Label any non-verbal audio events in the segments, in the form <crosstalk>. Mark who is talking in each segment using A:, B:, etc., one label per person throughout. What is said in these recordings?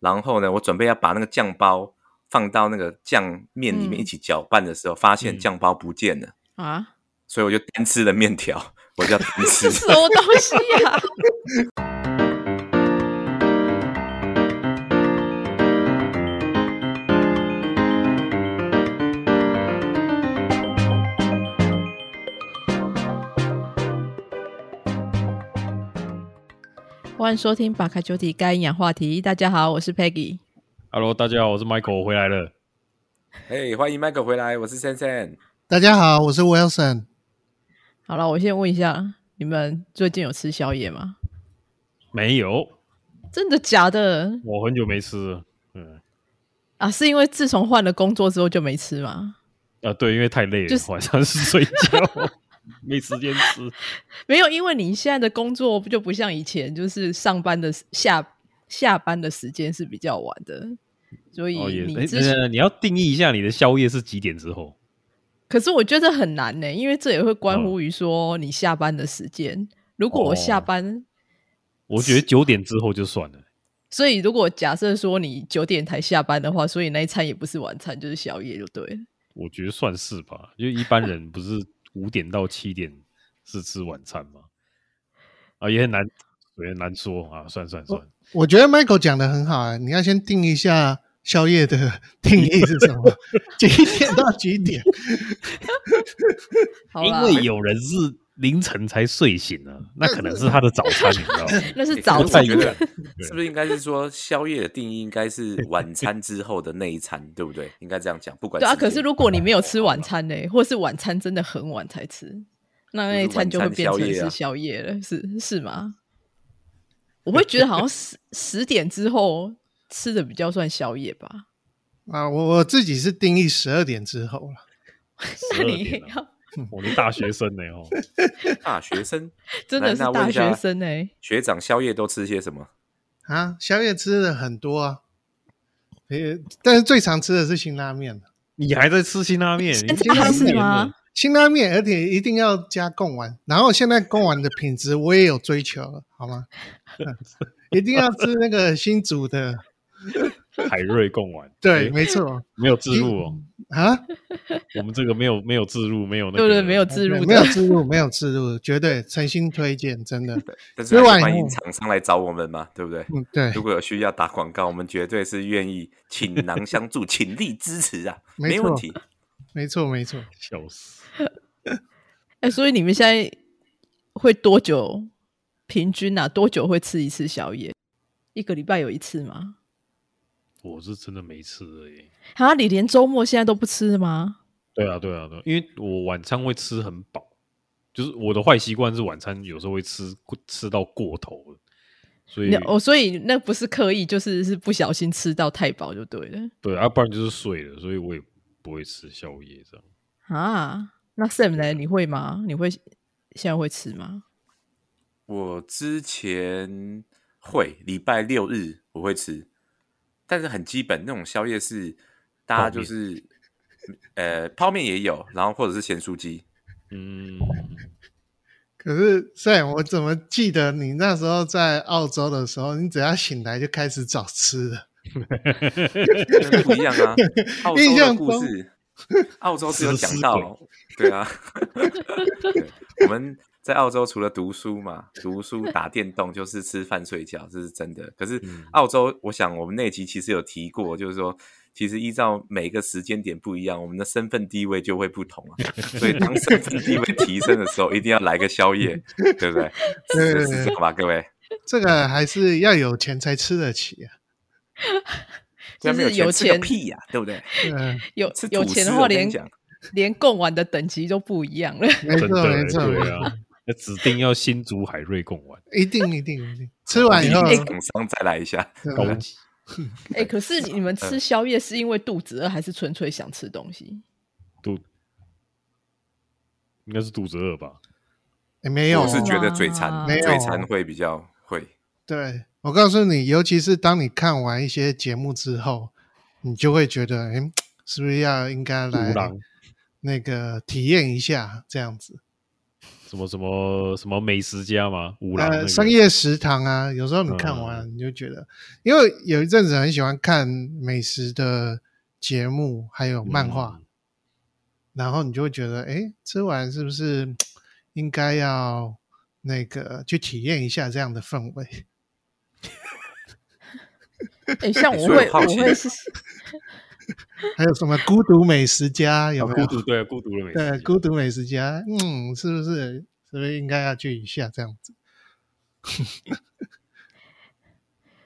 A: 然后呢，我准备要把那个酱包放到那个酱面里面
B: 嗯
A: 一起搅拌的时候，发现酱包不见了，
B: <laughs> 啊，
A: 所以我就单吃了面条， <laughs> 我就要单吃
B: 这。什么东西呀、啊？欢迎收听《把卡球体该营养话题》。大家好，我是 Peggy。
C: Hello，大家好，我是 Michael，我回来了。
A: <laughs> 嘿欢迎 Michael 回来，我是森森。
D: 大家好，我是 Wilson。
B: 好了，我先问一下，你们最近有吃宵夜吗？
C: 没有，
B: 真的假的
C: 我很久没吃了。嗯，
B: 啊？是因为自从换了工作之后就没吃吗？
C: 啊，对，因为太累了，
B: 就是
C: 晚上是睡觉， <laughs> 没时间吃。
B: 没有，因为你现在的工作不就不像以前，就是上班的时下下班的时间是比较晚的，所以
C: 哦，也，
B: 你
C: 哎
B: 之前、
C: 等等你要定义一下你的宵夜是几点之后？
B: 可是我觉得很难呢、因为这也会关
C: 嗯
B: 乎于说你下班的时间。如果我下班，
C: 我觉得九点之后就算了。
B: 所以如果假设说你九点才下班的话，所以那一餐也不是晚餐，就是宵夜就对了。
C: 我觉得算是吧，因为一般人不是五点到七点是吃晚餐吗？啊，也很难，也很难说啊，算算
B: 哦
C: 算，
D: 我觉得 Michael 讲的很好啊，你要先定一下宵夜的定义是什
C: <laughs>
D: 么，几点到几点？
B: 好
C: 因
B: 啦，
C: 为有人是凌晨才睡醒啊，那可能是他的早餐，你知道吗？
B: <laughs> 那是
A: 欸
B: 早
A: 可我
B: 餐
C: 上
A: 觉
C: 瘾
A: 得
C: 了
B: <laughs>
A: 是不是应该是说宵夜的定义应该是晚餐之后的那一餐， <laughs> 对不对？应该这样讲，不管
B: 对啊。
A: 时间
B: 可是如果你没有吃晚餐呢、或是晚餐真的很晚才吃，那那一餐就会变成是宵夜了，是是吗？ <laughs> 我会觉得好像十十点之后吃的比较算宵夜吧。
D: 啊，我我自己是定义十二点之后了。
B: 那
C: 12
B: 你
C: 点啊
B: 要
C: 我们大学生呢哦，
A: 大学生
B: <laughs> 真的是
A: 那那
B: 大
A: 问一下
B: 学生呢、欸
A: 学长宵夜都吃些什么？
D: 啊，宵夜吃的很多啊，也但是最常吃的是辛拉面啊
C: 你还在吃辛拉面？
B: 现在
C: 你已经
B: 还
C: 三
B: 是
C: 年
B: 吗
C: 了？
D: 辛拉面，而且一定要加贡丸。然后现在贡丸的品质我也有追求了，好吗？
C: <laughs>
D: 嗯一定要吃那个新煮的，
C: 海瑞贡丸，
D: 对，
C: 诶
D: 没错
C: 没有自入哦，
D: 啊，
C: 我们这个没有没有自入，没有那个，
B: 对不对？没有自入
D: 没有
B: 的，
D: 自入，没有自入，绝对诚心推荐，真的。
A: 但是还
D: 吃
A: 是
D: 完以后
A: 欢迎厂商来找我们嘛，对不对？
D: 嗯，对，
A: 如果有需要打广告，我们绝对是愿意请囊相助，请力支持啊，
D: 没
A: 没
D: 错
A: 问题。
D: 没错，没错。
C: 笑
B: <laughs>
C: 死。
B: 哎、所以你们现在会多久？平均啊，多久会吃一次宵夜？一个礼拜有一次吗？
C: 我是真的没吃而已。
B: 啊，你连周末现在都不吃的吗？
C: 对啊，对啊，对啊，因为我晚餐会吃很饱，就是我的坏习惯是晚餐有时候会吃吃到过头了，所以
B: 那哦，所以那不是刻意，就是是不小心吃到太饱就对了
C: 对啊，不然就是睡了，所以我也不会吃宵夜这样。
B: 啊。那 Sam 呢？你会吗？你会现在会吃吗？
A: 我之前会礼拜六日我会吃，但是很基本那种宵夜是大家
C: 泡
A: 就
C: 面
A: 是呃泡面也有，然后或者是咸酥鸡，
C: 嗯，
D: 可是 Sam，我怎么记得你那时候在澳洲的时候，你只要醒来就开始找吃的？
A: 那不一样
B: <laughs>
A: 啊。澳洲
D: 印
A: 的
D: 象
A: 故
D: 中
A: 事，澳洲只有讲
C: 食尸
A: 到，对啊对我们在澳洲除了读书嘛，读书打电动就是吃饭睡觉，这是真的。可是
C: 嗯
A: 澳洲，我想我们那集其实有提过，就是说。其实依照每个时间点不一样，我们的身份地位就会不
B: <laughs>
A: 同啊。所以当身份地位提升的时候，一定要来个宵夜，对不对？
D: 对
A: 是是这样吧，各位。
D: 这个还是要有钱才吃得起啊。
A: 那
B: 就
A: 没有
B: 是有
A: 吃个
B: 钱
A: 屁呀、对不对？
D: 嗯，
B: 有
A: 吃
B: 有
A: 吐
B: 钱的
A: 司我
B: 话
A: 跟
B: 连
A: 你讲
B: 连贡丸的等级都不一样
A: <laughs>
B: 了。
D: 没
C: 真
D: 错，
C: 的
D: 没
C: 欸
D: 错，没
C: 对
D: 错
C: 啊，那指定要新竹海瑞贡丸，
D: 一定一定一定。吃完以后，
C: 哎
A: 第一厂商再来一下。
D: 对
B: 啊
C: 高级。
B: 哎、可是你们
A: 嗯
B: 吃宵夜是因为肚子饿，还是纯粹想吃东西？
C: 肚应该是肚子饿吧？
D: 诶没有
A: 我是
D: 哦，
A: 觉得嘴馋，
B: 没
D: 有
A: 嘴馋会比较会。
D: 对我告诉你，尤其是当你看完一些节目之后，你就会觉得，哎，是不是要应该
C: 独
D: 来
C: 狼
D: 那个体验一下这样子？
C: 什么什么什么美食家嘛，五郎、那
D: 呃，
C: 个嗯
D: 深夜食堂啊，有时候你看完、你就觉得，因为有一阵子很喜欢看美食的节目，还有漫画，
C: 嗯
D: 然后你就会觉得，哎，吃完是不是应该要那个去体验一下这样的氛围？
A: <laughs>
D: <laughs>
B: 哎、像我
A: 所以我
B: 会，
A: 好
B: 我
A: 奇啊
B: 会是
D: 还有什么孤独美食家有
C: 啊
D: 没有？
C: 孤独对孤独的美食
D: 对，
C: 家，
D: 孤独美食家，嗯，是不是？是不是应该要去一下这样子？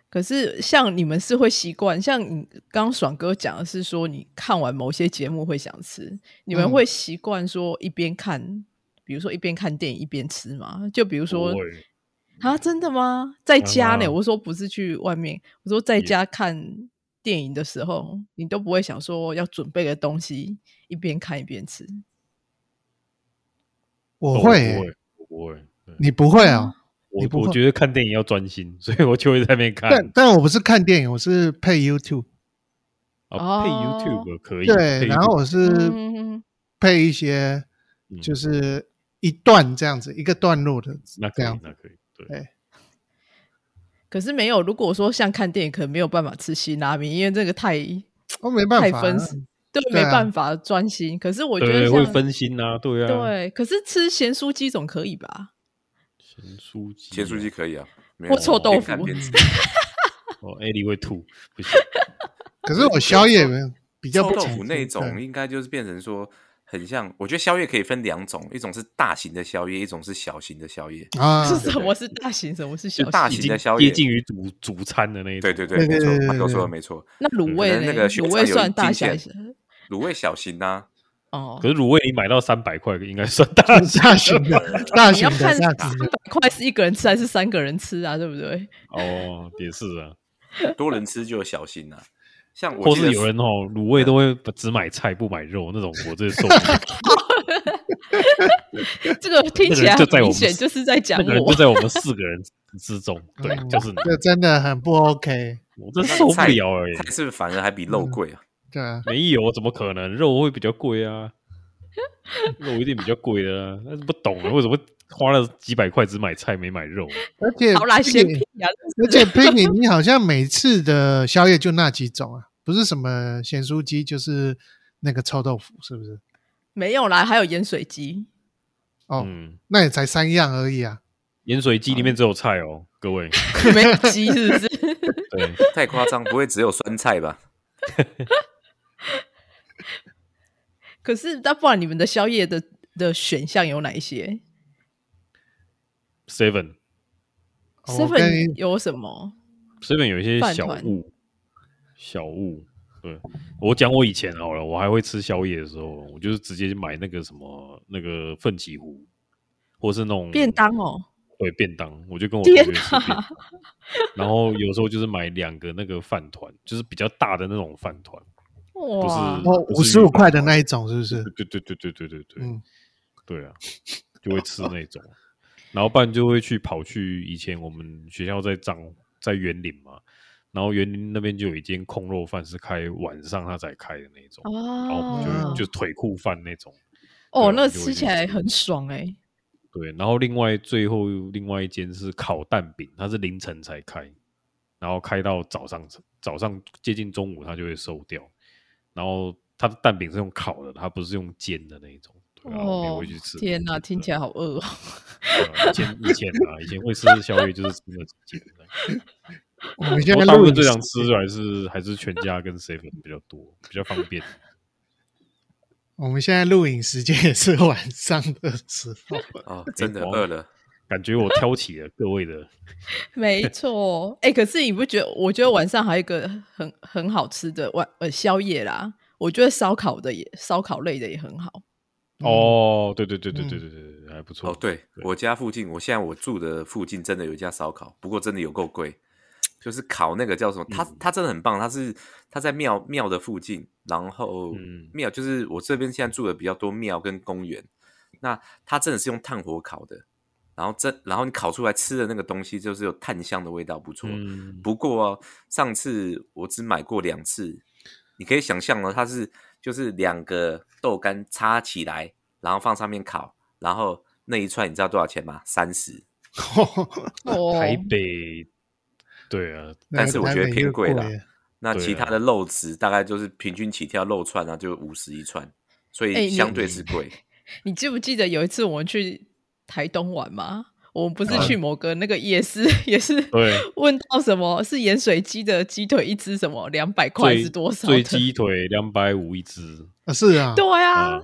B: 可是像你们是会习惯，像你刚刚爽哥讲的是说，你看完某些节目会想吃，你们
D: 嗯
B: 会习惯说一边看，比如说一边看电影一边吃吗？就比如说
C: 不会
B: 啊，真的吗？在家呢？
C: 啊
B: 我说不是去外面，我说在
C: 也
B: 家看电影的时候，你都不会想说要准备个东西，一边看一边吃。
D: 我
C: 不
D: 会
C: 会
D: 欸、
C: 哦我不会，对
D: 你不会啊、你不
C: 我
D: 会
C: 我觉得看电影要专心，所以我就会在那边看
D: 但但我不是看电影，我是配 YouTube，
C: 啊，配
B: 哦
C: YouTube 可以
D: 对，然后我是
B: 嗯，
D: 配一些
C: 嗯
D: 就是是一段这样子，一个段落的
C: 那可
D: 这
C: 以
D: 样，
C: 那可以对
D: 对
B: 可是没有。如果说像看电影，可能没有办法吃辛拉面，因为这个太
D: 我没办
B: 太
D: 法啊，
B: 分死，对，
D: 对
B: 没
D: 啊
B: 办法专心。可是我觉得
C: 对会
B: 像
C: 分心啊，对啊，
B: 对，可是吃咸酥鸡总可以吧？
C: 咸酥鸡，
A: 咸酥鸡可以啊，没
B: 或
A: 有
B: 臭豆
A: 边
B: 腐
A: 看
D: <laughs>
A: 边吃
C: 哦，艾莉会吐，不行，
D: 可是我宵夜没有比较
A: 臭
D: 不
A: 豆
D: 常
A: 腐那
D: 见
A: 种
D: 对
A: 应该就是变成说，很像。我觉得宵夜可以分两种，一种是大型的宵夜，一种是小型的宵夜。
B: <laughs>
D: 啊，
B: 是什么是大型，什么是小
A: 就大
B: 型？
C: 已
A: 型
C: 经
A: 的宵夜
C: 接近于主主餐的那一种，
A: 对对对，没
D: 对对对对
A: 错，马
D: 对
A: 哥说的
D: 对
A: 没错。
B: 那卤味
A: 嗯可能
B: 呢
A: 那个？雪
B: 卤
A: 场
B: 味
A: 有一
B: 算大
A: 金
B: 小
A: 线
B: 型？
A: 卤味小型啊呐、
B: 哦
C: 可，是卤味你买到三百块，应该算
D: <laughs>
C: 大型
D: 大型
B: <laughs>
D: 的，大
B: 你要
D: 型
B: 看
D: 的，
B: 三
D: 大型的，
B: 百块是一个人吃还是三个人吃啊？对不对？
C: 哦，也是啊。
A: 多人吃就有小型呐、像我
C: 或
A: 记得
C: 是有人哦，卤味都会只买菜不买肉那种，我真的受不了。
B: 这个听
C: 那个
B: 起
C: 人
B: 来
C: 就
B: 很
C: 在
B: 明
C: 我们
B: 显就是在讲
C: 那个人
B: 我
C: 就。在我们四个人之中，对，
D: 嗯 <laughs>
C: 就是你
D: 这真的很不 OK，
C: 我真受不了而已
A: 菜。是不是反而还比肉贵啊？
D: 对啊，
C: 没有，怎么可能？肉会比较贵啊，肉一定比较贵的啊。但是不懂啊，为什么花了几百块只买菜没买肉？啊
D: 而且
B: 好啦，
D: 而
B: 嫌
D: 且
B: 屁啊！
D: 而且 Penny，你 <laughs> 好像每次的宵夜就那几种啊，不是什么咸酥鸡，就是那个臭豆腐，是不是？
B: 没有啦，还有盐水鸡。 <laughs>
D: 哦，
C: 嗯，
D: 那也才三样而已啊。
C: 盐水鸡里面只有菜哦，各位。
B: 没有鸡是不是？ <laughs>
C: 对，
A: 太夸张，不会只有酸菜吧？
B: 可是那不然你们的宵夜的的选项有哪一些
C: seven
D: 哦我跟
B: ？Seven
D: 你
B: 有什么？
C: seven 有一些
B: 饭
C: 小
B: 团
C: 物，小物。对，我讲我以前好了，我还会吃宵夜的时候，我就是直接买那个什么那个奋起湖，或是那种
B: 便当哦，
C: 对便当，我就跟我同学吃
B: 天
C: 便当， <laughs> 然后有时候就是买两个那个饭团，就是比较大的那种饭团，
B: 哇
C: 不！
D: 哦，
C: 不
D: 五
C: 是
D: 十
C: 预
D: 五
C: 防
D: 块的那一种，是不是？
C: 对对对对对对对，
D: 嗯，
C: 对啊，就会吃那种，然后不然就会去跑去以前我们学校在彰在园林嘛，然后园林那边就有一间空肉饭是开晚上它才开的那种，然后我们就
B: 哦
C: 会就腿裤饭那种，
B: 哦，
C: 对啊
B: 那
C: 我就会
B: 吃
C: 去
B: 起来
C: 吃
B: 很爽哎、
C: 对，然后另外最后另外一间是烤蛋饼，它是凌晨才开，然后开到早上早上接近中午它就会收掉，然后它的蛋饼是用烤的，它不是用煎的那一种。对啊，我们也
B: 哦
C: 会去吃那种。
B: 天哪，听起
C: 对
B: 来好饿哦！
C: 对啊以前以前啊，以前会吃宵夜就是吃那几间
D: <laughs>
C: 的。
D: 我们现
C: 不过
D: 在
C: 大部
D: 录
C: 分
D: 影
C: 最常吃的还是还是全家跟 seven 比较多，比较方便。
D: <laughs> 我们现在录影时间也是晚上的时候，
A: 哦，真的
C: 哇
A: 饿了。
C: 感觉我挑起了各位的， <laughs>
B: 没错，哎、可是你不觉得？我觉得晚上还有一个很很好吃的晚呃宵夜啦，我觉得烧烤的也烧烤类的也很好。
C: <laughs>
D: <laughs>
C: 哦，对对对对
D: 嗯
C: 对对对，还不错。
A: 哦，对我家附近，我现在我住的附近真的有一家烧烤，不过真的有够贵，就是烤那个叫什么？
C: 嗯
A: 它它真的很棒，它是它在庙庙的附近，然后
C: 嗯
A: 庙就是我这边现在住的比较多庙跟公园，那它真的是用炭火烤的，然后真然后你烤出来吃的那个东西就是有炭香的味道，不错。
C: 嗯，
A: 不过、上次我只买过两次，你可以想象哦呢，它是就是两个豆干插起来，然后放上面烤，然后那一串你知道多少钱吗？三十。
B: 哦，
C: 啊台北，对啊，
A: 但是我觉得偏贵啦
D: 了。
A: 那
C: 对
A: 其
C: 啊
A: 他的肉吃大概就是平均起跳肉串啊，就五十一串，所
B: 哎
A: 以
B: 你
A: 相对是
B: <laughs>
A: 贵。
B: 你记不记得有一次我们去台东玩吗？我们不是
C: 嗯
B: 去某个那个夜市， <laughs> 也是
C: 对，
B: 问到什么是盐水鸡的鸡腿一只什么两百块
C: 最
B: 是多少
C: 最
B: 的？
C: 鸡腿两百五一只
D: 啊是啊，
B: 对 <laughs> 啊，
C: 啊，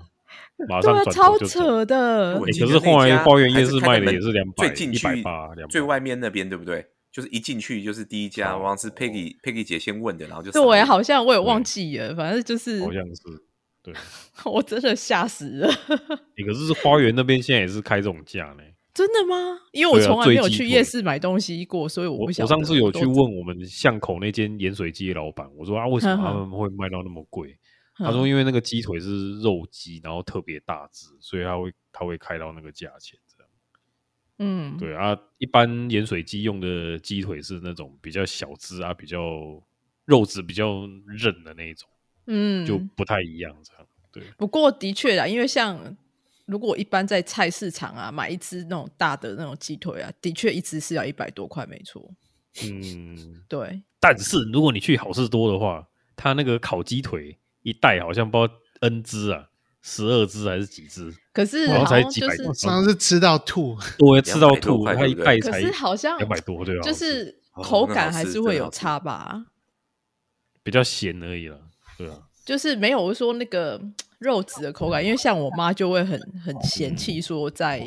C: 马
B: 对
C: 上
B: 啊，
C: 转
B: 超
C: 头就走。
B: 扯的
A: 我
C: 欸
A: 记
C: 可
A: 得
C: 是
A: 那
C: 后来
A: 家
C: 花园夜
A: 还是
C: 市
A: 开
C: 卖
A: 在
C: 的
A: 门
C: 也是200
A: 最进去
C: 180 200
A: 最外面那边对不对？就是一进去就是第一家，
C: 哦
A: 我忘是 Peggy Peggy 姐先问的，然后就
B: 对，
A: 上了
B: 好像我也忘记了，反正就是
C: 好像是。对，
B: 我真的吓死了， <laughs>
C: 欸可是花园那边现在也是开这种价呢。
B: 真的吗？因为我
C: 对啊
B: 从来没有
C: 最鸡
B: 去
C: 腿
B: 夜市买东西过，所以我
C: 我
B: 不
C: 我
B: 晓得
C: 上次有去
B: 多
C: 问我们巷口那间盐水鸡的老板，我说啊，为什么他们会卖到那么贵？他说
B: 嗯
C: 因为那个鸡腿是肉鸡，然后特别大只，所以他会他会开到那个价钱这样。
B: 嗯，
C: 对啊，一般盐水鸡用的鸡腿是那种比较小只啊，比较肉质比较韧的那一种，
B: 嗯，
C: 就不太一样这样。对，
B: 不过的确啦，因为像如果一般在菜市场啊买一只那种大的那种鸡腿啊，的确一只是要一百多块，没错。
C: 嗯，
B: 对，
C: 但是如果你去好事多的话，他那个烤鸡腿一袋好像不知道 N 只啊，十二只还是几只？
B: 可是
C: 好像
B: 好
C: 才
B: 像
C: 几
B: 就
C: 百
B: 是
C: 块
D: 我，上次吃到吐，
C: 对，吃到
A: 200多
C: 吐，
A: 块
C: 它一
A: 对不
C: 袋
A: 对
B: 可
C: 才
B: 是好像
C: 两百多，对啊，
B: 就
C: 好像
B: 是
C: 哦
B: 口
A: 那
B: 感
A: 好哦
B: 还
A: 吃
B: 是会
A: 真的
B: 有
A: 好吃
B: 差吧。
C: 比较咸而已啦，对啊，
B: 就是没有说那个肉质的口感，因为像我妈就会很很嫌弃说在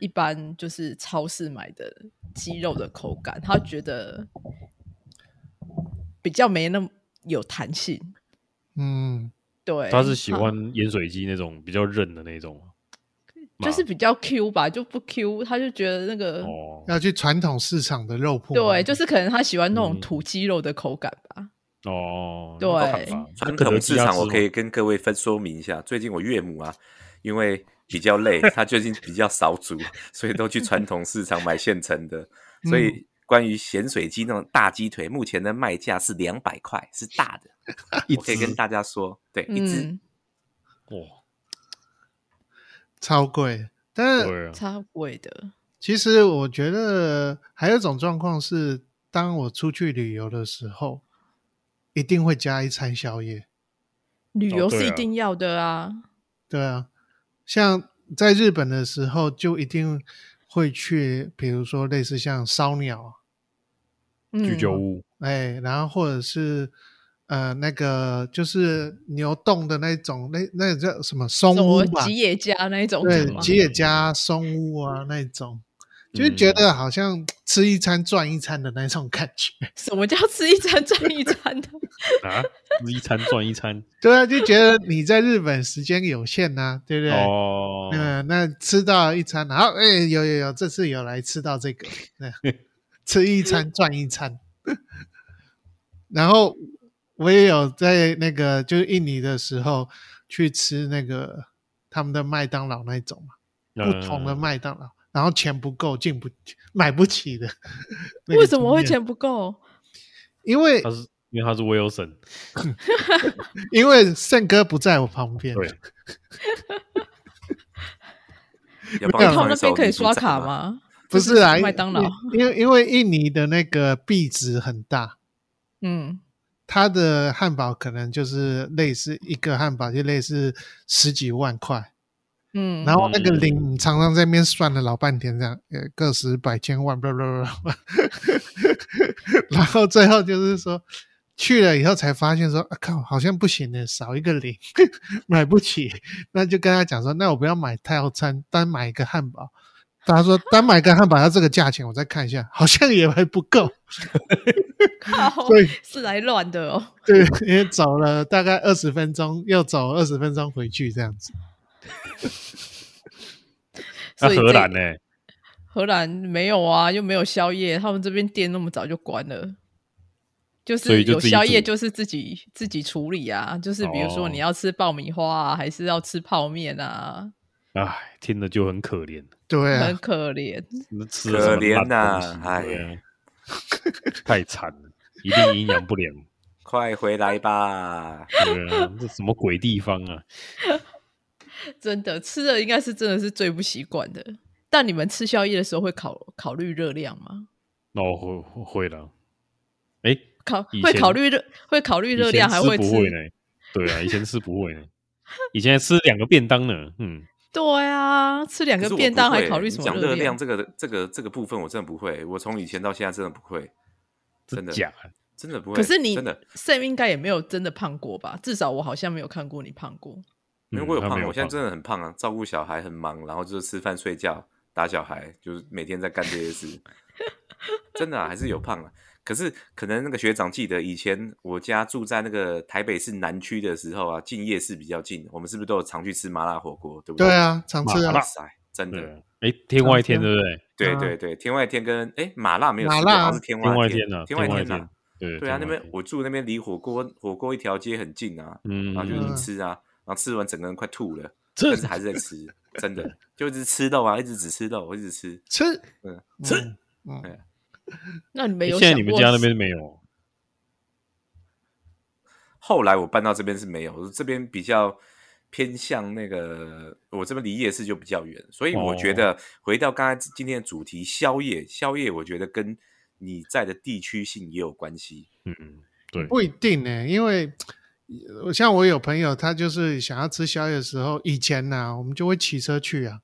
B: 一般就是超市买的鸡肉的口感，她觉得比较没那么有弹性。
D: 嗯，
B: 对，
C: 他是喜欢盐水鸡那种比较韧的那种吗，
B: 她就是比较 Q 吧，就不 Q，她就觉得那个、
C: 哦
D: 要去传统市场的肉铺，
B: 对，就是可能她喜欢那
C: 嗯
B: 种土鸡肉的口感吧。
C: 哦，
B: 对
C: 那没办法
A: 传
C: 肯德
A: 统
C: 基
A: 市
C: 要
A: 场，
C: 吃
A: 我可
C: 吗
A: 以跟各位分说明一下，最近我岳母啊，因为比较
B: <laughs>
A: 累，她最近比较少煮，所以都去传统市场买现成
B: <laughs>
A: 的。所
B: 嗯
A: 以关于咸水鸡那种大鸡腿，目前的卖价是两百块，是大的。
D: 啊
C: 一
A: 我可以跟
C: 只
A: 大家说，对，一只、
B: 嗯，
C: 哇，
D: 超贵。但
C: 对啊，
B: 超贵的。
D: 其实我觉得还有一种状况是，当我出去旅游的时候，一定会加一餐宵夜。
B: 旅游
C: 对
B: 是一
C: 啊
B: 定要的啊，
D: 对啊，像在日本的时候，就一定会去，比如说类似像烧鸟，
B: 嗯
C: 居酒屋
D: 哎，然后或者是呃那个就是牛冻的那种，那那个叫什么松
B: 什
D: 屋
B: 么
D: 吧？
B: 吉野家那一种
D: 对
B: 是吗，
D: 吉野家、松屋啊那种，
B: <laughs>
D: 就是
B: 嗯
D: 觉得好像吃一餐赚一餐的那种感觉。 <laughs>
B: 什么叫吃一餐赚一餐的？嗯
C: 啊，一餐赚一餐
D: 对啊，就觉得你在日本时间有限呐、对 <laughs> 不对？
C: 哦，
D: 嗯，那吃到一餐，好，哎、有有有，这次有来吃
C: <laughs>
D: 到这个，对吃一餐赚一餐。 <laughs> 然后我也有在那个就是印尼的时候去吃那个他们的麦当劳那种嘛，
C: 嗯
D: 不同的麦当劳，然后钱不够进不买不
B: <laughs>
D: 起的那个
B: 为什么会
D: 经验？
B: 钱不够？
D: 因为
C: 他是因为他是 Wilson，
D: 因为胜哥不在我旁边，
C: 对
A: 要帮
D: 没
A: 你
D: 有
B: 哎他
A: 放
B: 们那
A: 一首
B: 边可以
A: 你不
B: 刷
A: 在
B: 卡？吗？
D: 不是啊，
B: 麦当劳，
D: 因因为因为印尼的那个币值很大，
B: 嗯，
D: 它的汉堡可能就是类似一个汉堡就类似十几万块，
B: 嗯，
D: 然后那个
C: 嗯
D: 零常常在那边算了老半天，这样呃个十百千万，blah blah blah blah <laughs> 然后最后就是说去了以后才发现说，啊靠，好像不行呢，少一个零， <laughs> 买不起，那就跟他讲说，那我不要买套餐，单买一个汉堡。他说单买一个汉堡要这个价钱，我再看一下，好像也还不够。
B: 靠
D: 对
B: 是来乱的哦。
D: <laughs> 对，因为走了大概二十分钟，又走二十分钟回去这样子。
C: 那
B: 所以
C: 荷
B: 这
C: 兰欸呢？
B: 荷兰没有啊，又没有宵夜，他们这边店那么早就关了。就
C: 所
B: 是
C: 以就
B: 有
C: 自己
B: 宵夜，
C: 煮
B: 就是自己自己处理啊。就是比如
C: 哦
B: 说你要吃爆米花啊，还是要吃泡面啊，
C: 哎，听了就很可怜，
D: 对
B: 很
D: 啊，
B: 可怜。
C: 吃了什
A: 可
C: 么
A: 怜
C: 烂东
A: 呐
C: 西
A: 哎
C: 对啊 <laughs> 太惨了，一定营养不良。
A: 快回来吧！
B: <laughs>
C: 对啊，这什么鬼地方啊？
B: 真的吃的应该是真的是最不习惯的。但你们吃宵夜的时候会考考虑热量吗？
C: 那我会会会的。哎，
B: 考
C: 以
B: 会
C: 前
B: 考虑热会考虑热量，还
C: 会
B: 会
C: 不
B: 吃？
C: 呢？对啊，以前是
B: <laughs>
C: 不会呢，以前吃两个便当呢。嗯，
B: 对啊，吃两
A: 可
B: 个
A: 是我
B: 便
A: 不
B: 当还
A: 会欸
B: 考虑
A: 你
B: 什么
A: 讲热
B: 量
A: 量？这个这个这个部分我真的不会，我从以前到现在真的不会，真的
C: 假的
A: 真的不会。
B: 可是你
A: 真的，
B: Sam 应该也没有真的胖过吧？至少我好像没有看过你胖过。
A: 因为
C: 嗯
A: 我有
C: 他
A: 胖啊，
C: 没有
A: 我现在
C: 胖
A: 真的很胖啊，照顾小孩很忙，然后就是吃饭睡觉打小孩，就是每天在干这些事， <laughs> 真的、啊、还是有胖啊。可是可能那个学长记得以前我家住在那个台北市南区的时候啊，进夜市比较近，我们是不是都有常去吃麻辣火锅，对不
D: 对
A: 对
D: 啊，常吃
C: 麻
A: 哇
D: 啊
C: 辣，
A: 塞，真
C: 对
A: 的，
C: 啊。哎，天外天
D: 常吃
C: 对不对？
A: 对
D: 啊
A: 对对，天外天跟哎麻辣没有
D: 麻
A: 吃过，好
D: 辣
A: 像是天
C: 天外
A: 天
C: 天啊，
A: 天外
C: 外
A: 天啊
C: 天。，对
A: 对啊，那
C: 天外
A: 边
C: 天
A: 我住那边离火锅火锅一条街很近啊，
C: 嗯，
A: 然后就
D: 嗯
A: 是吃啊，然后吃完整个人快吐了。
C: <laughs> 这
A: 但是还是在吃，真的就一直吃肉啊，一直只吃肉，我一直吃。
D: 吃
A: 嗯
D: 吃，嗯，
B: 那你们有
C: 现在
B: 想
C: 你们
B: 过
C: 家那边没有？
A: 后来我搬到这边是没有，这边比较偏向那个，我这边离夜市就比较远，所以我
C: 哦
A: 觉得回到刚才今天的主题，宵夜，宵夜，我觉得跟你在的地区性也有关系。
C: 嗯，对，
D: 不一定呢、因为呃像我有朋友，他就是想要吃宵夜的时候，以前呢、我们就会骑车去啊，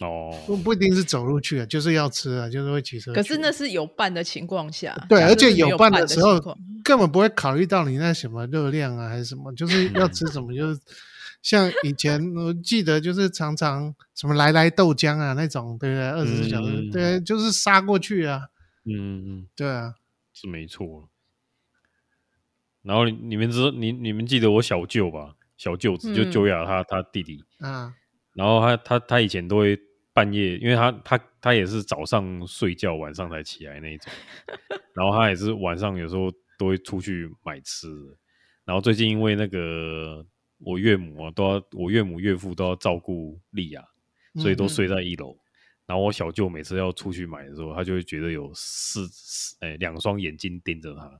C: 哦，
D: 不不一定是走路去啊，就是要吃啊，就是会骑车去。
B: 可是那是有伴的情况下，
D: 对，
B: 假
D: 而
B: 设
D: 且
B: 是没有
D: 伴
B: 伴
D: 的
B: 的
D: 时候
B: 情况
D: 根本不会考虑到你那什么热量啊，还是什么，就是
C: 嗯
D: 要吃什么，就是像以前我记得就是常常什么来来豆浆啊那种，对不对？二十四小时，
C: 嗯
D: 对，就是杀过去啊，
C: 嗯，嗯
D: 对啊，
C: 是没错。然后你你们知道你你们记得我小舅吧？小舅子就
B: 嗯
C: 舅雅他他弟弟，
D: 啊，
C: 然后他他他以前都会半夜，因为他他他也是早上睡觉，晚上才起来那
D: <laughs>
C: 一种。然后他也是晚上有时候都会出去买吃的。然后最近因为那个我岳母、啊、都要我岳母岳父都要照顾丽亚，所以都
D: 嗯
C: 睡在一楼。然后我小舅每次要出去买的时候，他就会觉得有四四哎两双眼睛盯着他。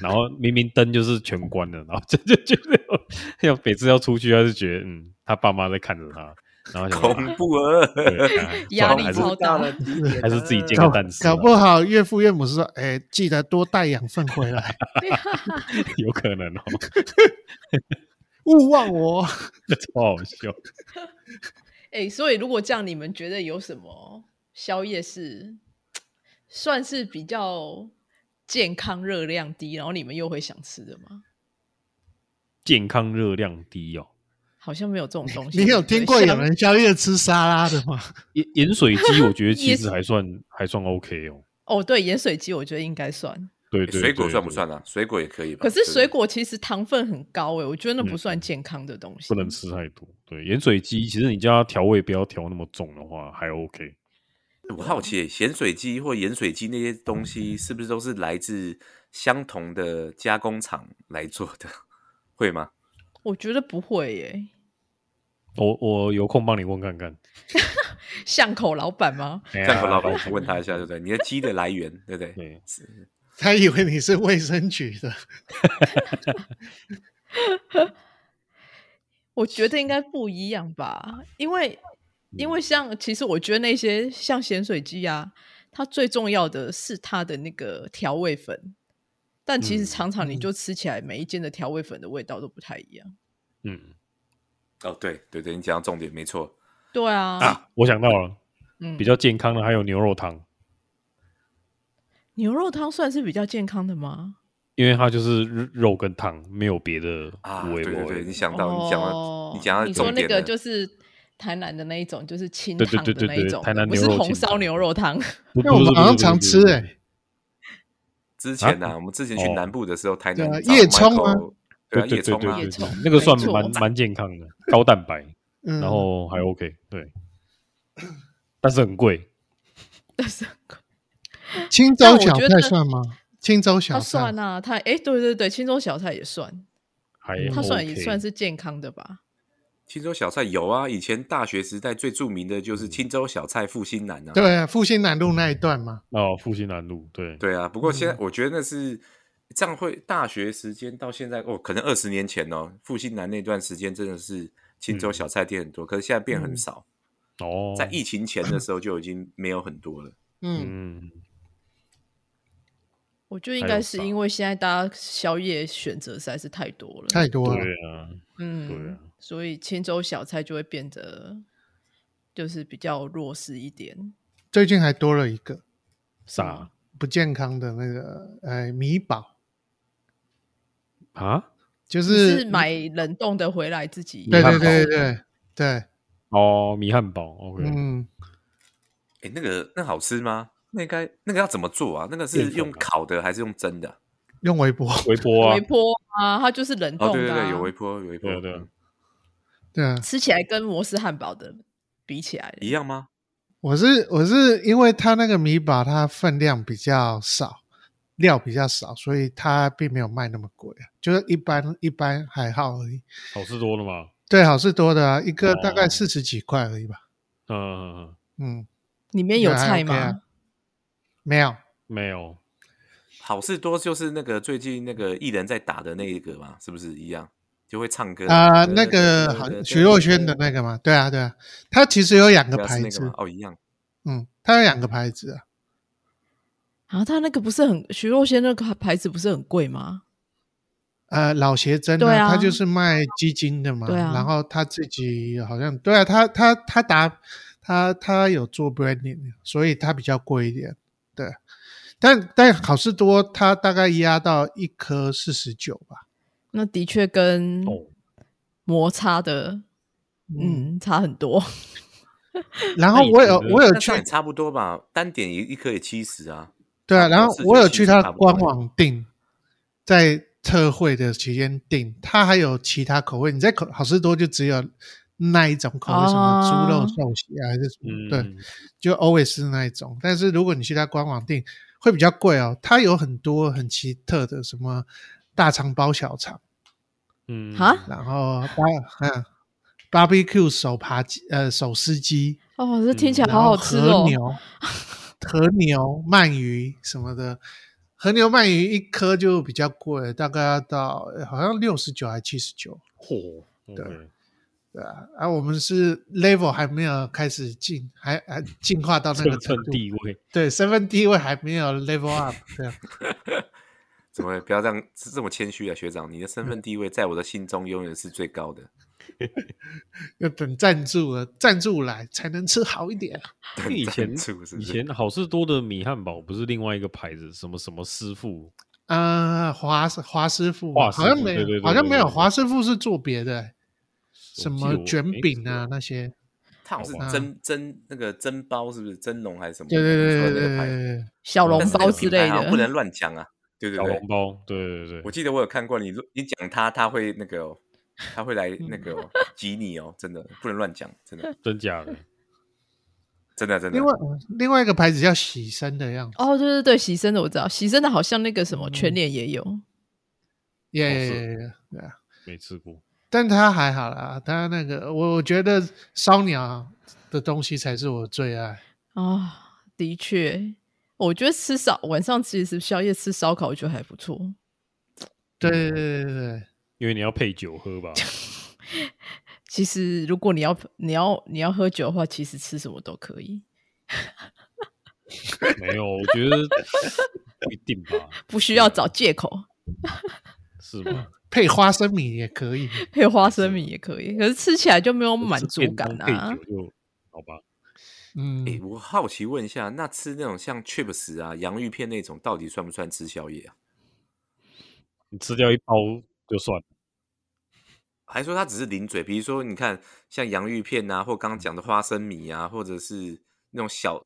C: 然后明明灯就是全关了，然后 <laughs> 就就觉得有要每次要出去，他就觉得嗯，他爸妈在看着他，然后想说
A: 恐怖啊！ <laughs>
C: 对啊
B: 压力
C: 还是
B: 超大嗯
A: 了极点啊，
C: 还是自己煎
D: 搞
C: 个蛋吃啊，
D: 搞不好岳父岳母是说，哎，记得多带养分
C: <laughs>
D: 回来，
C: 有可能哦， <laughs>
D: 勿忘我。
C: 超好笑。
B: 哎、所以如果这样，你们觉得有什么宵夜是算是比较健康、热量低，然后你们又会想吃的吗？
C: 健康热量低哦，
B: 好像没有这种东西。
D: 你有
B: 对不对
D: 听过有
B: 像
D: 人宵夜吃沙拉的
C: <laughs>
D: 吗？
C: 盐盐水鸡我觉得
B: 也
C: 其
B: 是
C: 实还算还算 OK 哦，
B: 哦？对，盐水鸡我觉得应该算，
C: 对对，
A: 水果
C: 对
A: 算不
C: 对
A: 算啊？水果也可以吧？
B: 可是
A: 对不对
B: 水果其实糖分很高哎、我觉得那不
C: 嗯
B: 算健康的东西。
C: 不能吃太多。对，盐水鸡其实你叫它调味不要调那么重的话，还 OK。
A: 我好奇，咸水鸡或盐水鸡那些东西，是不是都是来自相同的加工厂来做的？会吗？
B: 我觉得不会耶、
C: 我我有空帮你问看看，
B: 巷口老板吗？
C: 这
A: 这口老板，我问他一下，对不对？你的鸡的来源，对不对？
C: 哎对，
A: 是
D: 他以为你是卫生局的，
B: 我觉得应该不一样吧，因为因
C: 嗯
B: 为像其实我觉得那些像咸水鸡啊，它最重要的是它的那个调味粉，但其实
C: 嗯
B: 常常你
D: 嗯
B: 就吃起来每一间的调味粉的味道都不太一样。
C: 嗯
A: 哦，对对对，你讲到重点，没错。
B: 对啊，
C: 啊，我想到了，
B: 嗯，
C: 比较健康的还有牛肉汤，
B: 牛肉汤算是比较健康的吗？
C: 因为它就是肉肉跟汤，没有别的
A: 啊，
C: 味
A: 对对
C: 味
A: 对，你想到你讲到
B: 哦
A: 你讲到
B: 你
A: 重
B: 说那
A: 点
B: 个
A: 了，
B: 就是台南的那一种，就是清
C: 对对
B: 汤
C: 对
B: 的
C: 对
B: 那
C: 对
B: 一种
C: 台南
B: 的，不
C: 牛
B: 是
C: 肉
B: 红
C: 清
B: 烧
C: 汤
B: 牛肉汤。 <laughs>
C: 不
D: 那我
C: 不
D: 们
C: 是
D: 好
C: 不
D: 像
C: 是
D: 常
C: 不是
D: 吃
C: 不是
D: 哎、
A: 之前呢、
C: 啊
A: 我们之前去
C: 哦
A: 南部的时候，台南
D: 对啊
A: 找
D: 叶葱啊
A: Michael- 对啊，
C: 对
A: 叶
C: 对
A: 葱
C: 对
A: 啊
C: 对
B: 叶，
C: 对
B: 葱
C: 那个算
B: 没错
C: 蛮蛮健康的，高蛋白，
D: 嗯，
C: 然后还 OK，对，但是很贵，
B: 但是
D: 青
B: 但
D: 州
B: 我
D: 小
B: 觉
D: 菜
B: 得
D: 算吗？青州小
B: 它
D: 菜
B: 算啊，它哎，对对对，青州小菜也算，
C: 还
D: 嗯
B: 它算也
C: OK
B: 算是健康的吧。
A: 青州小菜有啊。以前大学时代最著名的就是青州小菜复兴南啊。
D: 对啊，复兴南路那一段嘛，
C: 哦，复兴南路，对，
A: 对啊，不过
D: 嗯
A: 现在我觉得那是这样会大学时间到现在哦，可能二十年前哦，复兴南那段时间真的是青
D: 嗯
A: 州小菜店很多，可是现在变很少。
C: 哦，
A: 在疫情前的时候就已经没有很多了。
D: 嗯，
C: 嗯，
B: 我觉得应该是因为现在大家宵夜选择实在是太多了，
D: 太多了。
C: 对啊，对
B: 嗯
C: 啊，
B: 所以青州小菜就会变得就是比较弱势一点。
D: 最近还多了一个
C: 啥
D: 不健康的那个呃米堡，
C: 啊？
D: 就
B: 就是是买冷冻的回来自己，
D: 对对
C: 汉堡
D: 对对对，
C: 哦，米汉堡，OK，
D: 嗯，
A: 哎，那个那好吃吗？那应该那个要怎么做啊？那个
C: 淀
A: 是
C: 粉
A: 用
C: 吧
A: 烤的还是用蒸的啊？
D: 用微波，
C: 微波啊
B: 微，波啊，它就是冷
A: 哦，
B: 冻
A: 对
B: 的
A: 对
B: 啊、
A: 对，有微波，有微波嗯
C: 对，啊对啊，
D: 对啊，
B: 吃起来跟摩斯汉堡的比起来，
A: 一样吗？
D: 我是我是因为它那个米堡它分量比较少，料比较少，所以它并没有卖那么贵啊，就是一般一般还好而已。
C: 好事多了嘛，
D: 对，好事多的啊，一个大概
C: 哦
D: 四十几块而已吧。
C: 嗯嗯，嗯
D: 嗯，
B: 里面有
D: 那还
B: 菜
D: OK
B: 吗？
D: 啊没有，
C: 没有，
A: 好事多就是那个最近那个艺人在打的那一个嘛，是不是一样？就会唱歌
D: 啊、
A: 对对
D: 那
A: 对
D: 个
A: 对
D: 好
A: 对
D: 像
A: 对
D: 徐若瑄的那个嘛，对啊，对啊，它其实有两个
A: 对啊是
D: 牌
A: 那
D: 子
A: 个，吗？哦，一样。
D: 嗯，它有两个牌子啊，
B: 啊，他那个不是很徐若瑄那个牌子不是很贵吗？
D: 呃，老邪真呢、
B: 对啊
D: 他就是卖鸡精的嘛，
B: 对啊
D: 然后他自己好像对啊，他他他打他他有做 branding，所以他比较贵一点，对。但但好事多，它大概压到一颗四十九
B: <laughs>
D: 吧，
B: 那的确跟
C: 哦
B: 摩擦的，嗯，差很多。 <laughs>
D: 然后我
C: 那你觉
D: 有
C: 得
D: 我有
A: 那
D: 去
A: 这样也差不多吧，单点一一颗也七十啊。
D: 对啊，
A: 差不多
D: 然后
A: 49
D: 我有去他
A: 差不多
D: 官网订，在特惠的期间订，他还有其他口味，你在口好事多就只有那一种口味，什么猪肉
B: 哦
D: 寿喜啊，还是什么
C: 嗯，
D: 对，就 always 是那一种。但是如果你去它官网订，会比较贵哦。它有很多很奇特的，什么大肠包小肠，
C: 嗯，
B: 啊
D: 然后巴嗯 barbecue 手扒鸡，呃手撕鸡，
B: 哦，这听起来
D: 嗯然
B: 好
D: 后
B: 好吃哦
D: 和！牛、和牛、鳗鱼什么的。和牛鳗鱼一颗就比较贵，大概要到呃好像六十九还七十九，
C: 嚯，OK，
D: 对啊，啊，我们是 level 还没有开始进，还还进
A: <laughs>
D: 化到那个
C: 蹭
D: 程
C: 蹭
D: 度，
C: 地位，
D: 对，身份地位还没有 level up，对 <laughs> 啊，
A: 怎么不要这样这么谦虚啊，学长？你的
D: 嗯
A: 身份地位在我的心中永远是最高的。
D: 要等赞助了，赞助来才能吃好一点。啊
C: 因为以前
A: 赞助是不
C: 以
A: 是
C: 前好事多的米汉堡不是另外一个牌子，什么什么师傅，
D: 啊，华华师傅
C: 华
D: 嘛，
C: 师傅
D: 好像没
C: 对对对
D: 有，好像没有，
C: 对对对
D: 华师傅是做别的，欸什
C: 我
D: 么
C: 记得
D: 卷
C: 我没
D: 饼
C: 吃
D: 啊
C: 过
D: 那些，
A: 他好像
D: 好吧
A: 是蒸蒸那个蒸包，是不是蒸笼还是什么？
D: 对对对
A: 你说
D: 对
A: 的那
D: 对
A: 个牌子
D: 对
B: 小笼
A: 但是那
B: 包
A: 个
B: 之
A: 品
B: 类
A: 牌好像
B: 的，
D: <laughs>
A: 不能乱讲啊。对对
C: 小
A: 对
C: 笼，包，对对
A: 我
C: 对，
A: 记得我有看过你，你讲他他会那个、哦，他会来那个、哦、
D: 嗯
A: 挤你哦，真的不能乱讲，真
D: <laughs>
A: 的
C: 真假的，
A: 真的真的
D: 另。外嗯另外一个牌子叫喜生的样子，
B: 哦，对对对，喜生的我知道，喜生的好像那个什么全脸也有，
D: 耶
C: 是
D: 耶耶，对啊，
C: 没吃过，
D: 但它还好啦，它那个我我觉得烧鸟的东西才是我最爱，
B: 啊、的确，我觉得吃烧晚上其实宵夜吃烧烤，我觉得还不错。
D: 对对对对对，
C: 因为你要配酒喝
A: <laughs>
C: 吧，
B: 其实如果你要你要你要喝酒的话，其实吃什么都可以，
C: 没有，我觉得不一定吧，
B: 不需要找借口。 <laughs>
C: 是吗？
D: 配花生米也可以，
B: 配花生米也可以，可是吃起来就没有满
C: 是
B: 足
C: 便
B: 感
C: 当
B: 啊
C: 配。酒就好吧，
D: 嗯，
A: 诶，我好奇问一下，那吃那种像 chips 啊、洋芋片那种，到底算不算吃宵夜啊？
C: 你吃掉一包就算了，
A: 还说它只是零嘴，比如说你看像洋芋片啊，或刚刚讲的花生米啊，或者是那种小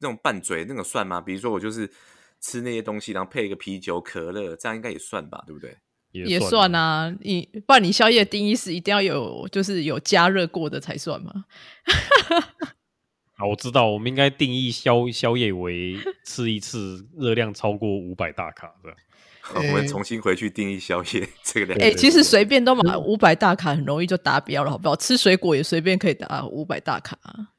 A: 那种拌嘴那种算吗？比如说我就是吃那些东西，然后配一个啤酒、可乐，这样应该也算吧，对不对？
B: 也
C: 算
B: 算，啊，你不然你宵夜的定义是一定要有，就是有加热过的才算嘛。
C: 啊，我知道，我们应该定义宵宵夜为吃一次热量超过五百大卡这样。
A: 我们
D: 诶
A: 重新回去定义宵夜这个两个
B: 哎、
A: 字
B: 其实随便都买五百大卡很容易就达标了，好不好？吃水果也随便可以达五百大卡啊、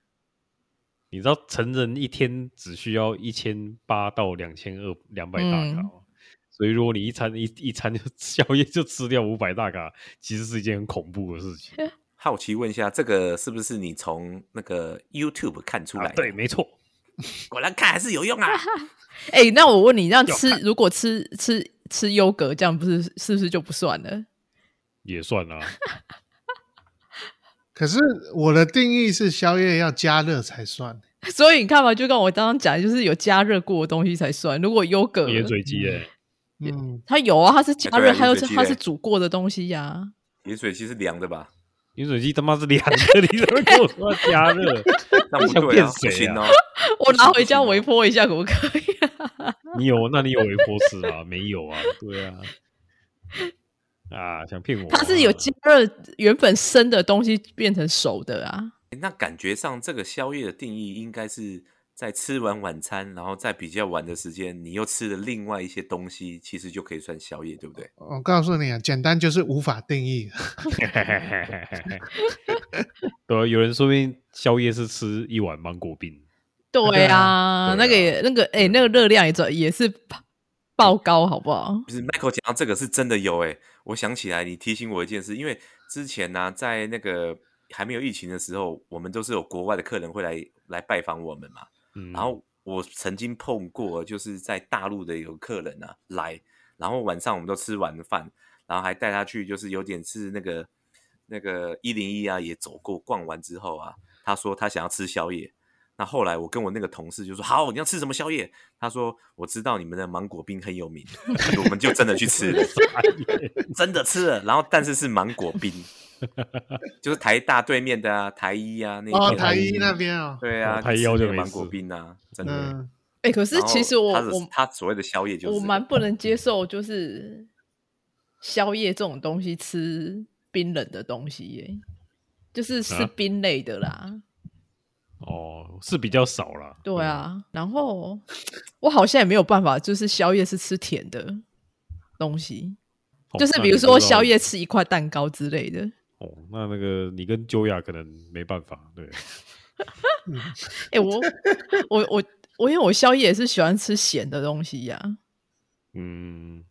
C: 你知道成人一天只需要一千八到两千二两百大
B: 嗯
C: 卡、哦，所以如果你
B: <laughs>
C: <laughs> 一餐一一餐就宵夜就吃掉五百大卡，其实是一件很恐怖的事情。
A: 好奇问一下，这个是不是你从那个 YouTube 看出来的？
C: 啊对，没错，
A: 果然看还是有用啊！
B: 哎、那我问你，这样
C: 要
B: 吃
C: 看
B: 如果吃吃吃优格，这样不是是不是就不算了？ <laughs>
C: 也算啦。
D: 可是我的定义是宵夜要加热才算，
B: 所以你看嘛，就跟我刚刚讲的，就是有加热过的东西才算。如果优格，
C: 盐水鸡哎，
D: 嗯，
B: 它有啊，它是加
A: 对啊
B: 热，
A: 盐
B: 它又
A: 水
B: 是
A: 鸡
B: 它
A: 嘞
B: 是煮过的东西呀、
A: 盐水鸡是凉的吧？
C: 盐水鸡他妈是两个，你怎么跟我说要加热？
A: 那不
C: 想
A: 对
C: 骗
A: 啊，不
C: 谁
A: 行
C: 啊
A: 哦。
B: <laughs> 我拿 <laughs> 回家
A: 不行哦
B: 微波一下，可不可以、
C: 你有？那你有微波吃啊？没有啊？对啊，啊，想骗我啊？
B: 它是有加热原本生的东西变成熟的啊。
A: 那感觉上，这个宵夜的定义应该是在吃完晚餐，然后在比较晚的时间，你又吃了另外一些东西，其实就可以算宵夜，对不对？
D: 我告诉你啊，简单就是无法定义。
C: <laughs> 对啊，有人说不定宵夜是吃一碗芒果冰，
B: 对
D: 对
B: 啊，
C: 啊
B: 那个也那个哎、那个热量也走也是爆高，好不好？
A: 不是 Michael 讲到这个是真的有诶、我想起来，你提醒我一件事，因为之前呢、在那个还没有疫情的时候，我们都是有国外的客人会来来拜访我们嘛，
B: <laughs>
C: 嗯，
A: 然后我曾经碰过，就是在大陆的有客人啊来，然后晚上我们都吃完饭，然后还带他去，就是有点是那个那个一零一啊，也走过逛完之后啊，他说他想要吃宵夜。那后来我跟我那个同事就说：“好，你要吃什么宵夜？”他说：“我知道你们的芒果冰很有
C: <laughs>
A: 名，我们就真的去吃了，真的吃了。然后但是是芒果
C: <laughs>
A: 冰，就是台大对面的啊，台一啊，那
D: 哦，
A: 边
D: 台一那边哦，
A: 对啊，
C: 台
A: 吃
C: 腰
A: 那
C: 就
A: 个
C: 没
A: 芒果
C: 事
A: 冰啊，真的。
D: 嗯，
B: 哎、可是
A: 然后
B: 其实我
A: 他的
B: 我
A: 他所谓的宵夜就是
B: 我
A: 这个
B: 蛮不能接受，就是宵夜这种东西吃冰冷的东西耶，就是是
C: 啊
B: 冰类的啦。
C: 哦是比较少啦。
B: 对，
C: 嗯
B: 啊，然后我好像也没有办法，就是宵夜是吃甜的东西，
C: 哦
B: 就是
C: 那
B: 比
C: 你
B: 如
C: 不
B: 说
C: 知道
B: 宵夜吃一块蛋糕之类的。
C: 哦，那那个你跟九雅可能没办法，对，
B: 哎、我我我我，因为我宵夜也是喜欢吃咸的东西呀、
C: 嗯，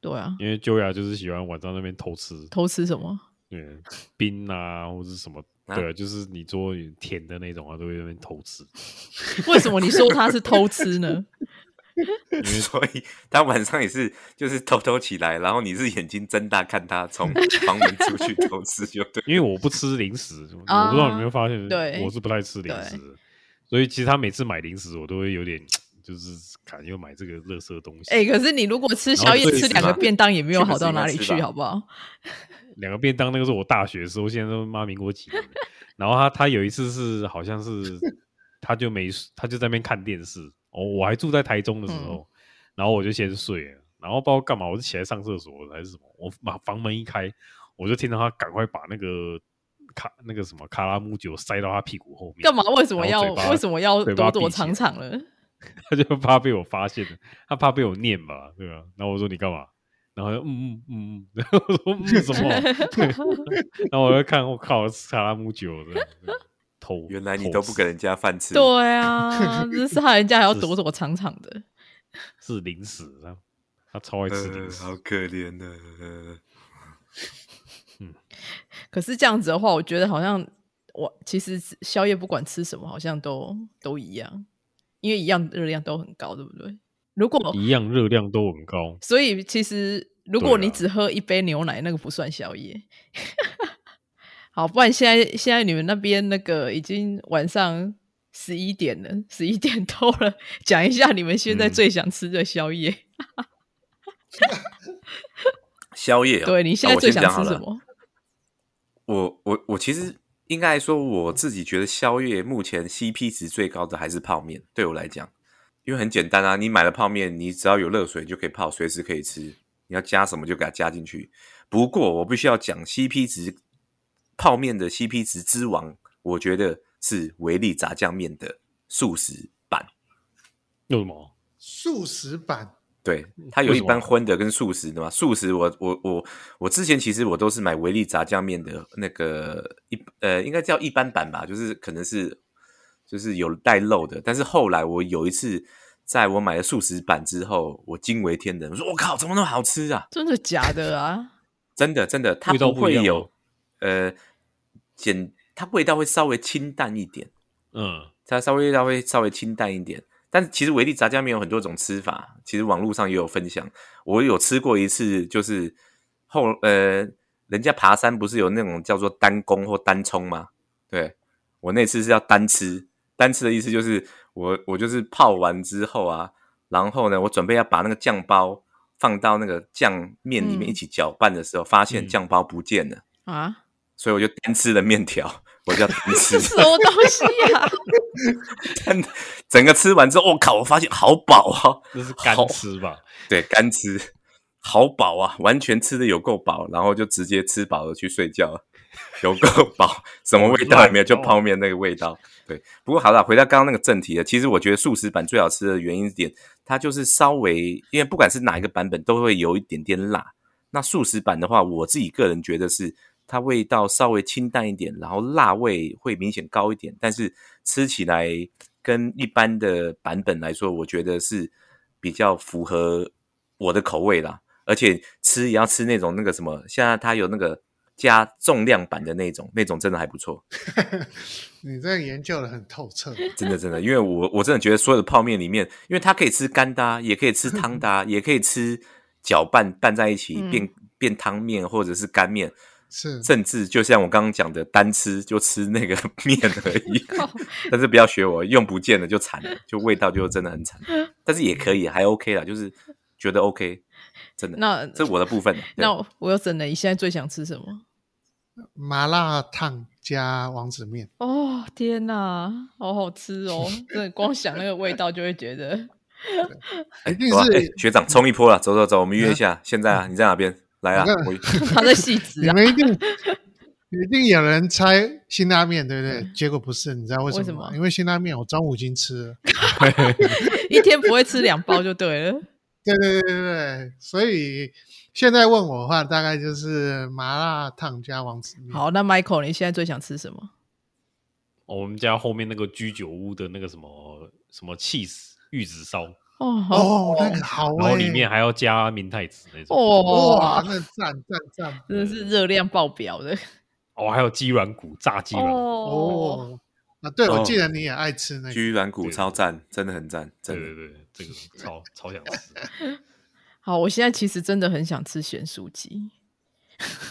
B: 对啊，
C: 因为九雅就是喜欢晚上那边偷吃，
B: 偷吃什么？
C: 对，冰啊或者是什么，
A: 啊
C: 对啊，就是你做甜的那种啊，都会在那边偷吃，
B: 为什么你说它是偷吃呢？
A: <laughs> 所以他晚上也是就是偷偷起来，然后你是眼睛睁大看他
B: <laughs>
A: 从房门出去偷吃，就对。
C: 因为我不吃零食，我
B: 啊
C: 不知道你有没有发现，
B: 对
C: 我是不太吃零食
B: 对
C: 的，所以其实他每次买零食，我都会有点就是看又买这个垃圾东西。
B: 哎、可是你如果吃
C: 后
B: 宵夜
C: 最
B: 吃
A: 起
B: 两个
A: 码
B: 便当也没有
A: 这个
B: 好
A: 是
B: 到
A: 应该
B: 哪里
A: 吃
B: 去，
A: 吧
B: 好不好？
C: 两个便当，那个是我大学的时候，现在都妈民国几年了。然后他他有一次是好像是他就没他就在那边看电视，哦，我还住在台中的
B: 嗯
C: 时候，然后我就先睡了，然后不知道干嘛，我就起来上厕所还是什么，我把房门一开，我就听到他赶快把那个卡那个什么卡拉木酒塞到他屁股后面，
B: 干嘛？为什么
C: 然
B: 要
C: 后嘴巴
B: 为什么要
C: 嘴
B: 躲
C: 巴
B: 躲
C: 闭起来
B: 藏藏了？
C: 他就怕被我发现了，他怕被我念吧，对吧？然后我说你干嘛？然后他就嗯嗯嗯嗯， <laughs> 然后我说嗯什么？然后我就看我靠，是卡拉木酒的偷，
A: 原来你都不给人家饭吃，
B: 对啊，这是害人家还要
C: 是
B: 躲躲藏藏的。
C: 偷是零食啊，他超爱吃零
A: 呃，
C: 食。
A: 好可怜的。呃
B: 可是这样子的话，我觉得好像我其实吃宵夜不管吃什么，好像都都一样，因为一样热量都很高，对不对？如果
C: 一样热量都很高，
B: 所以其实如果
C: 对啊
B: 你只喝一杯牛奶，那个不算宵夜。好，不然现在现在你们那边那个已经晚上十一点了，十一点多了，讲一下你们现在
C: 嗯
B: 最想吃的宵夜。
A: 宵夜哦，
B: 对你现在
A: 那我
B: 最
A: 先
B: 想
A: 讲好
B: 吃什
A: 了。
B: 么？
A: 我我我其实应该来说，我自己觉得宵夜目前 CP 值最高的还是泡面，对我来讲，因为很简单啊，你买了泡面，你只要有热水就可以泡，随时可以吃，你要加什么就给它加进去。不过我必须要讲 CP 值，泡面的 CP 值之王，我觉得是维力炸酱面的素食版。
C: 有什么？
D: 素食版
A: 对，它有一
C: 为什么
A: 般荤的跟素食的嘛。素食我我我我之前其实我都是买维力炸酱面的那个一呃，应该叫一般版吧，就是可能是就是有带肉的。但是后来我有一次在我买了素食版之后，我惊为天人，我说我靠，怎么那么好吃啊！
B: 真的假的啊？
A: 真的真的，它
C: 味道
A: 不
C: 不一哦
A: 会
C: 样吗
A: 有呃简，它味道会稍微清淡一点，
C: 嗯，
A: 它稍微稍微稍微清淡一点。但是其实维力炸酱面有很多种吃法，其实网络上也有分享。我有吃过一次，就是后呃，人家爬山不是有那种叫做单攻或单冲吗？对我那次是要单吃，单吃的意思就是我我就是泡完之后啊，然后呢，我准备要把那个酱包放到那个酱面里面
B: 嗯
A: 一起搅拌的时候，发现酱包不见了， <laughs>
B: 啊，
A: 所以我就单吃了面条，我就要单吃
B: 这。什么东西啊呀、
A: <laughs> 但整个吃完之后，我、靠！我发现好饱啊！
C: 这是干
A: 好
C: 吃吧？
A: 对，干吃，好饱啊，完全吃的有够饱，然后就直接吃饱了去睡觉了，有够 <laughs> 饱，什么味道也没有，就泡面哦那个味道。对，不过好了，回到刚刚那个正题啊了，其实我觉得素食版最好吃的原因点，它就是稍微，因为不管是哪一个版本，都会有一点点辣。那素食版的话，我自己个人觉得是它味道稍微清淡一点，然后辣味会明显高一点，但是吃起来跟一般的版本来说，我觉得是比较符合我的口味啦。而且吃也要吃那种那个什么，现在它有那个加重量版的那种，那种真的还不错，
D: 你这研究的很透
B: <laughs>
D: 彻，啊
A: 真的真的。因为我我真的觉得所有的泡面里面，因为它可以吃干的、啊，也可以吃汤的、啊，也可以吃搅拌拌在一起
B: 嗯
A: 变变汤面或者是干面，
D: 是
A: 甚至就像我刚刚讲的，单吃就吃那个 <laughs> 面而
B: <laughs>
A: 已。
B: 靠
A: 但是不要学我，用不见了就惨了，就味道就真的很惨。
B: <laughs>
A: 但是也可以，还 OK 啦，就是觉得 OK，真的。
B: 那
A: 这我的部分。对
B: 那我我又整了，你现在最想吃什么？
D: 麻辣烫加王子面，
B: 哦天哪，好好吃
A: <laughs>
B: 哦！真的光想那个味道就会觉得
A: 好吧
B: <laughs>
D: 一定
A: 哎
D: 是
A: 学长冲一波了，走走走，我们约一下。现在啊，你在哪边？来啊
D: 我
A: <laughs>
D: 看，
A: 我
B: 它在细致
D: 你
B: 啊。
D: 们一定一定有人猜辛拉面，对不对？结果不是，你知道为
B: 嗯为
D: 什
B: 什
D: 么吗？
B: 么
D: 因为辛拉面我中午已经吃了。
B: <laughs> 一天不会吃两包就对了。
D: 对对对对对，所以现在问我的话，大概就是麻辣烫加王子面。
B: 好，那 Michael，你现在最想吃什么？
C: 哦我们家后面那个居酒屋的那个什么什么 cheese 玉子烧，
B: 哦，好
D: 哦，那个好
C: 然后
D: 哎，
C: 里面还啊要加明太子那种，
B: 哦
D: 哦哇
B: 哇，，
D: 那赞赞赞
B: 真的是热量爆表的
C: 哦，还有鸡软骨炸鸡软骨，
B: 哦。
D: 哦啊！对，我
C: 嗯
A: 哦
D: 记得你也爱吃那个，
A: 居软骨超赞，真的很赞，
C: 对
A: 真
C: 对
A: 的。
C: 对，这个超超想
A: <laughs>
C: 吃。
B: 好，我现在其实真的很想吃咸酥鸡，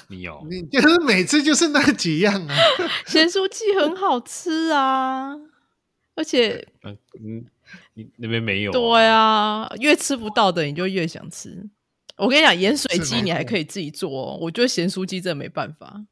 C: 你有
D: <laughs> 你就是每次就是那几样
B: <laughs>
D: 啊。
B: 咸酥鸡很好吃啊，而且
C: 嗯嗯，你那边没有？
B: 对，啊，越吃不到的你就越想吃。我跟你讲，盐水
D: 是没
B: 鸡你还
D: 错
B: 可以自己做哦，我觉得咸酥鸡真的没办法。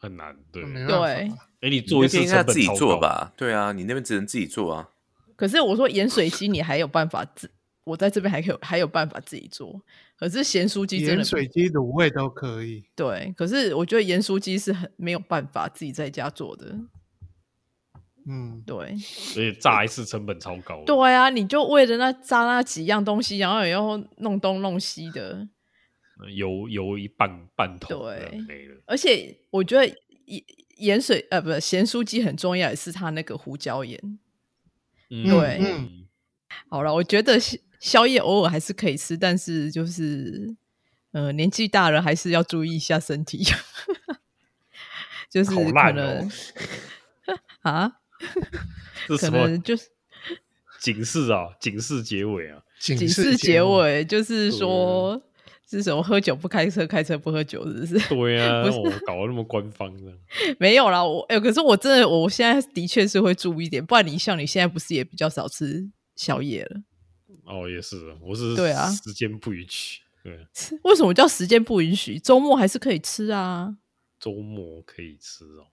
C: 很难。对，
D: 没
C: 哎，
D: 办法
B: 对
A: 哦你
C: 你做一
A: 那
C: 次
A: 边应
C: 成
A: 该
C: 本
A: 自己
C: 超
A: 做
C: 高？
A: 吧？对啊，你那边只能自己做啊。
B: 可是我说盐水鸡你还有办法自，我在这边还可以还有办法自己做，可是咸酥鸡真的
D: 盐水鸡、卤味都可以。
B: 对，可是我觉得盐酥鸡是很没有办法自己在家做的。
D: 嗯，
B: 对，
C: 而且炸一次成本超
B: <laughs>
C: 高。
B: 对啊，你就为了那炸那几样东西，然后也要弄东弄西的。
C: 嗯，油油一半半桶
B: 对
C: 这样没了。
B: 而且我觉得盐盐水呃，不是咸酥鸡很重要，也是它那个胡椒盐。
C: 嗯
B: 对
D: 嗯
B: 好了，我觉得宵宵夜偶尔还是可以吃，但是就是呃，年纪大了还是要注意一下身体， <laughs> 就是
C: 好
B: 可
C: 烂
B: 能、
C: 哦！
B: 啊，
C: 这
B: 可
C: 什么
B: 能就是
C: 警示啊？警示结尾啊？
D: 警
B: 警示结
D: 目，
B: 尾，就是说是什么喝酒不开车，开车不喝酒，是不是？ <laughs>
C: 对啊，
B: 不是
C: 我搞得那么官方的，
B: 没有啦，我哎、可是我真的，我现在的确是会注意一点，不然你像你现在不是也比较少吃宵夜了？ <laughs>
C: 哦，也是，我是
B: 对啊
C: 时间不允许。对，
B: 为什么叫时间不允许？周末还是可以吃啊。
C: 周末可以吃哦，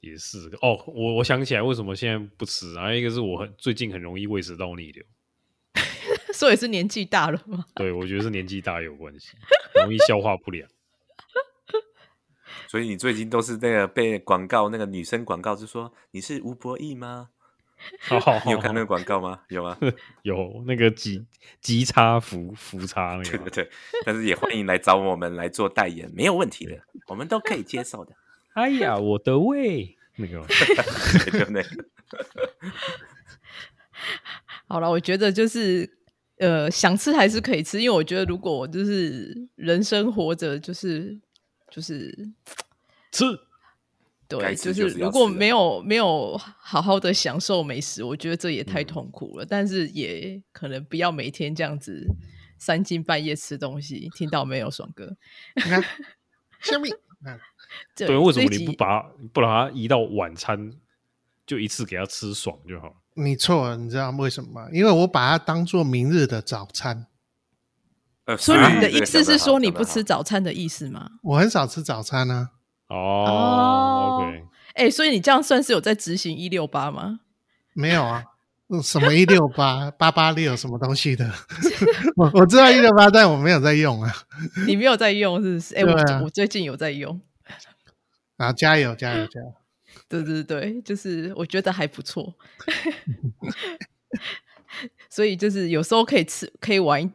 C: 也是哦。我我想起来为什么现在不吃啊？一个是我很最近很容易胃食道逆流，
B: 所以是年纪大了嘛？
C: 对我觉得是年纪大有关系，容易消化不良。 <laughs>
A: 所以你最近都是那个被广告那个女生广告，就说你是吴博义吗？你有看那个广告吗？有吗？
C: 有那个极极差浮浮差那
A: 对对
C: 个。
A: 对，但是也欢迎来找我们来做代言，没有问题的，我们都可以接
B: <laughs>
A: 受的。
C: 哎呀，我的胃那
A: <laughs>
C: 个
A: 对
B: <laughs>
A: 不对？
B: <laughs> 好了，我觉得就是呃，想吃还是可以吃，因为我觉得如果我就是人生活着，就是就是
C: 吃
A: 该
B: 对，
A: 吃
B: 是
A: 就是要
B: 如果
A: 吃啊
B: 没有没有好好的享受美食，我觉得这也
A: 嗯
B: 太痛苦了。但是也可能不要每天这样子三更半夜吃东西，听到没有，爽哥？
D: 你看，下面啊，
B: 对
C: 对，为什
B: 这
C: 么
B: 一
C: 你不
B: 集
C: 把它不把它移到晚餐，就一次给他吃爽就好了？
D: 你错了，你知道为什么吗？因为我把它当做明日的早餐，
A: 呃，
B: 所以
A: 是
B: 你的
A: 这
B: 意
A: 个
B: 思
A: 想得
B: 是
A: 好
B: 说你
A: 想得
B: 不
A: 好
B: 吃早餐的意思吗？
D: 我很少吃早餐啊。
C: 哦，OK，
B: 哎、所以你这样算是有在执行一六八吗？
D: 没有啊，嗯什么一六八、八八六什么东
B: <laughs>
D: 西的， <laughs> 我我知道一六八，但我没有在用啊。
B: 你没有在用是不是？哎、
D: 对啊
B: 我我最近有在用，
D: 啊，加油加油加油！
B: 对对对，就是我觉得还不错， <laughs> 所以就是有时候可以吃，可以晚一，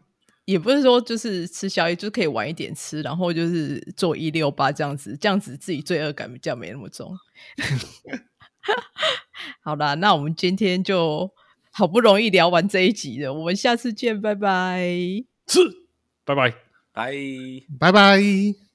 B: 也不是说就是吃宵夜，就是可以晚一点吃，然后就是做一六八这样子，这样子自己罪恶感比较没那么重。 <laughs> 好啦，那我们今天就好不容易聊完这一集了，我们下次见，拜拜。
C: 吃，拜拜。
A: 拜。
D: 拜拜。